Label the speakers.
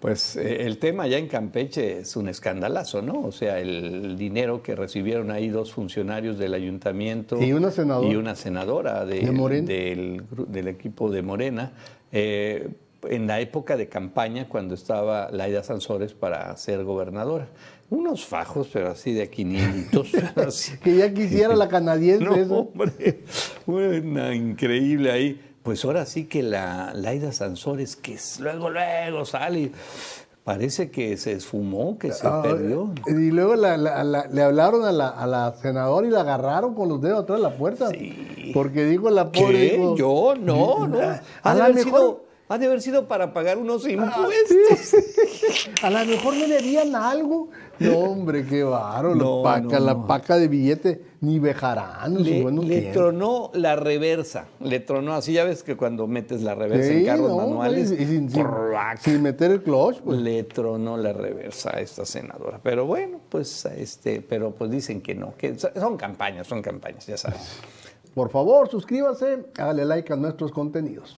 Speaker 1: Pues eh, el tema ya en Campeche es un escandalazo, ¿no? O sea, el dinero que recibieron ahí dos funcionarios del ayuntamiento
Speaker 2: Y una senadora.
Speaker 1: y una senadora de-
Speaker 2: De Morena.
Speaker 1: del, gru- del equipo de Morena, eh, en la época de campaña cuando estaba Laida Sansores para ser gobernadora. Unos fajos, pero así de a 500. así.
Speaker 2: Que ya quisiera la canadiense
Speaker 1: No,
Speaker 2: eso.
Speaker 1: hombre, una increíble ahí. Pues ahora sí que la Laida Sansores, que es- luego, luego sale. y Parece que se esfumó, que se
Speaker 2: Ah,
Speaker 1: perdió.
Speaker 2: Y luego la- la- la- le hablaron a la, a la senadora y la agarraron con los dedos atrás de la puerta.
Speaker 1: Sí.
Speaker 2: Porque dijo la pobre.
Speaker 1: ¿Qué?
Speaker 2: dijo,
Speaker 1: Yo no, no. Ha de,
Speaker 2: la
Speaker 1: haber
Speaker 2: mejor- Ah,
Speaker 1: sido, ha de haber sido para pagar unos impuestos.
Speaker 2: A lo mejor me debían algo. No, hombre, qué varo.
Speaker 1: No,
Speaker 2: la, paca,
Speaker 1: no,
Speaker 2: la
Speaker 1: no.
Speaker 2: paca de billete. Ni bejarán. en sus
Speaker 1: Le,
Speaker 2: buenos
Speaker 1: le
Speaker 2: tiempos.
Speaker 1: tronó la reversa, le tronó así, ya ves que cuando metes la reversa en
Speaker 2: Sí,
Speaker 1: carros
Speaker 2: no,
Speaker 1: manuales,
Speaker 2: güey, y sin, sin-
Speaker 1: ¡crack!
Speaker 2: sin meter el clutch, pues.
Speaker 1: le tronó la reversa a esta senadora. Pero bueno, pues este, pero pues dicen que no, que so- son campañas, son campañas, ya sabes.
Speaker 2: Por favor, suscríbase, hágale like a nuestros contenidos.